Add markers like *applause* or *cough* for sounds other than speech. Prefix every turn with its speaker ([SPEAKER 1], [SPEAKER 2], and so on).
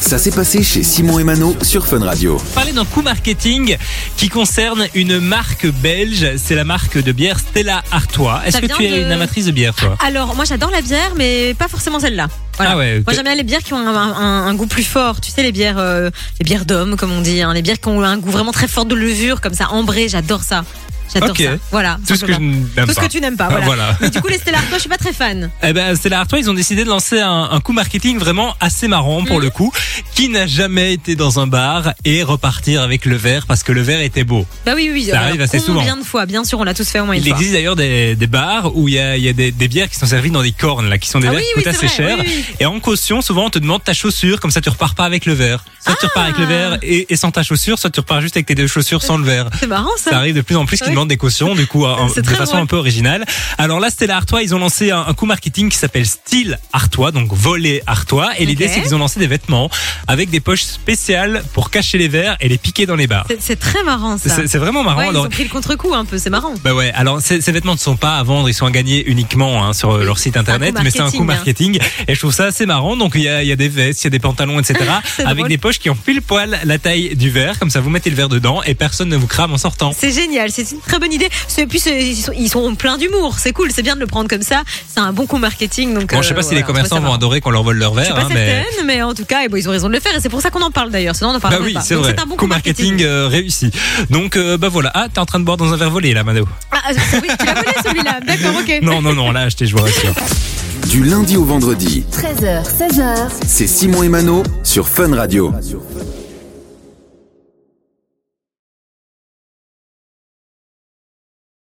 [SPEAKER 1] Ça s'est passé chez Simon et Mano sur Fun Radio.
[SPEAKER 2] parler d'un coup marketing qui concerne une marque belge. C'est la marque de bière Stella Artois. Est-ce
[SPEAKER 3] Ça
[SPEAKER 2] que
[SPEAKER 3] vient
[SPEAKER 2] tu es
[SPEAKER 3] de-
[SPEAKER 2] une amatrice de bière, toi
[SPEAKER 3] Alors, moi j'adore la bière, mais pas forcément celle-là. Voilà.
[SPEAKER 2] Ah ouais. ok.
[SPEAKER 3] Moi j'aime bien les bières qui ont un, un- un goût plus fort. Tu sais, les bières, euh, les bières d'hommes, comme on dit, hein, les bières qui ont un goût vraiment très fort de levure, comme ça, ambré, j'adore ça. J'adore
[SPEAKER 2] Ok.
[SPEAKER 3] ça. Voilà.
[SPEAKER 2] Tout ce que je
[SPEAKER 3] simplement.
[SPEAKER 2] n'aime
[SPEAKER 3] Tout ce
[SPEAKER 2] pas.
[SPEAKER 3] que tu n'aimes pas.
[SPEAKER 2] Ah,
[SPEAKER 3] Voilà.
[SPEAKER 2] voilà.
[SPEAKER 3] Mais du coup, les Stella Artois, je suis pas très fan.
[SPEAKER 2] Eh ben, Stella Artois, ils ont décidé de lancer un, un coup marketing vraiment assez marrant pour le coup, qui n'a jamais été dans un bar et repartir avec le verre parce que le verre était beau.
[SPEAKER 3] Bah oui, oui.
[SPEAKER 2] Ça arrive assez souvent.
[SPEAKER 3] Combien de fois Bien sûr, on l'a tous fait au moins une
[SPEAKER 2] Il
[SPEAKER 3] fois.
[SPEAKER 2] existe d'ailleurs des, des bars où il y a, il y a des, des bières qui sont servies dans des cornes, là, qui sont des
[SPEAKER 3] Ah
[SPEAKER 2] verres
[SPEAKER 3] oui,
[SPEAKER 2] qui
[SPEAKER 3] oui,
[SPEAKER 2] coûtent assez
[SPEAKER 3] c'est vrai,
[SPEAKER 2] cher.
[SPEAKER 3] oui, oui.
[SPEAKER 2] Et en caution, souvent, on te demande ta chaussure, comme ça tu repars pas avec le verre. Soit tu repars avec le
[SPEAKER 3] Ah.
[SPEAKER 2] verre et, et sans ta chaussure, soit tu repars juste avec tes deux chaussures sans le verre.
[SPEAKER 3] C'est marrant ça.
[SPEAKER 2] Ça arrive de plus en plus qu'ils
[SPEAKER 3] Oui.
[SPEAKER 2] demandent des cautions, du coup, en-
[SPEAKER 3] *laughs* C'est
[SPEAKER 2] de
[SPEAKER 3] très
[SPEAKER 2] façon
[SPEAKER 3] drôle.
[SPEAKER 2] un peu originale. Alors là, Stella Artois, ils ont lancé un, un coup marketing qui s'appelle Style Artois, donc voler Artois. Et l'idée,
[SPEAKER 3] Ok.
[SPEAKER 2] c'est qu'ils ont lancé des vêtements avec des poches spéciales pour cacher les verres et les piquer dans les bars.
[SPEAKER 3] C'est- C'est très marrant ça.
[SPEAKER 2] C'est c'est vraiment marrant.
[SPEAKER 3] Ouais, ils
[SPEAKER 2] Alors,
[SPEAKER 3] ont pris le contre-coup un peu, c'est marrant.
[SPEAKER 2] bah ouais, alors ces, ces vêtements ne sont pas à vendre, ils sont à gagner uniquement hein, sur euh, leur site internet,
[SPEAKER 3] coup
[SPEAKER 2] mais c'est un coup
[SPEAKER 3] marketing,
[SPEAKER 2] marketing. Et je trouve ça assez marrant. Donc il y a, il y a des vestes, il y a des pantalons, etc.
[SPEAKER 3] *laughs* C'est
[SPEAKER 2] avec
[SPEAKER 3] drôle.
[SPEAKER 2] des poches qui ont pile poil la taille du verre. Comme ça, vous mettez le verre dedans et personne ne vous crame en sortant.
[SPEAKER 3] C'est génial, c'est une très bonne idée. C'est- Et puis, c'est- ils sont, ils sont pleins d'humour, c'est cool, c'est bien de le prendre comme ça. C'est un bon coup marketing. Donc,
[SPEAKER 2] Bon, je sais
[SPEAKER 3] euh,
[SPEAKER 2] pas si
[SPEAKER 3] voilà,
[SPEAKER 2] les
[SPEAKER 3] on va
[SPEAKER 2] commerçants
[SPEAKER 3] savoir.
[SPEAKER 2] vont adorer qu'on leur vole leur
[SPEAKER 3] Je suis
[SPEAKER 2] verre,
[SPEAKER 3] pas
[SPEAKER 2] hein, mais.
[SPEAKER 3] certaine, mais en tout cas, eh ben, ils ont raison de le faire et c'est pour ça qu'on en parle d'ailleurs. Sinon, on en parle
[SPEAKER 2] Bah oui,
[SPEAKER 3] pas.
[SPEAKER 2] c'est
[SPEAKER 3] Donc,
[SPEAKER 2] vrai.
[SPEAKER 3] C'est un bon
[SPEAKER 2] coup marketing, euh, réussi. Donc euh, bah voilà. Ah, t'es en train de boire dans un verre volé là, Mano.
[SPEAKER 3] Ah, euh, oui, tu l'as volé celui-là. D'accord, ok.
[SPEAKER 2] Non, non, non. Là, acheté, je vous
[SPEAKER 3] *laughs*
[SPEAKER 2] rassure.
[SPEAKER 1] Du lundi au vendredi,
[SPEAKER 4] 13h, 16h,
[SPEAKER 1] c'est Simon et Mano sur Fun Radio.